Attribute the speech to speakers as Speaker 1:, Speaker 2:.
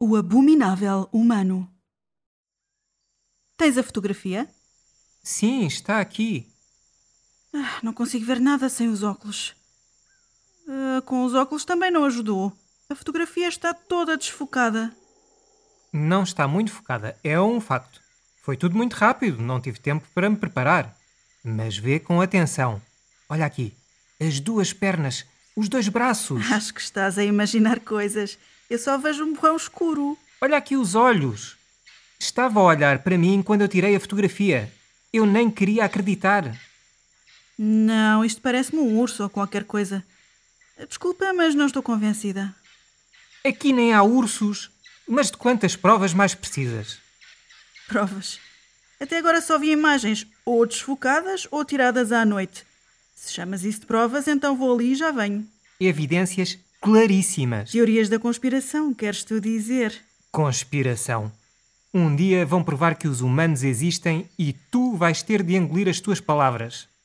Speaker 1: O abominável humano. Tens a fotografia?
Speaker 2: Sim, está aqui.
Speaker 1: Ah, não consigo ver nada sem os óculos. Ah, com os óculos também não ajudou. A fotografia está toda desfocada.
Speaker 2: Não está muito focada, é um facto. Foi tudo muito rápido, não tive tempo para me preparar. Mas vê com atenção. Olha aqui, as duas pernas, os dois braços.
Speaker 1: Acho que estás a imaginar coisas. Eu só vejo um borrão escuro.
Speaker 2: Olha aqui os olhos. Estava a olhar para mim quando eu tirei a fotografia. Eu nem queria acreditar.
Speaker 1: Não, isto parece-me um urso ou qualquer coisa. Desculpa, mas não estou convencida.
Speaker 2: Aqui nem há ursos. Mas de quantas provas mais precisas?
Speaker 1: Provas. Até agora só vi imagens ou desfocadas ou tiradas à noite. Se chamas isso de provas, então vou ali e já venho.
Speaker 2: Evidências claríssimas.
Speaker 1: Teorias da conspiração, queres tu dizer?
Speaker 2: Conspiração. Um dia vão provar que os humanos existem e tu vais ter de engolir as tuas palavras.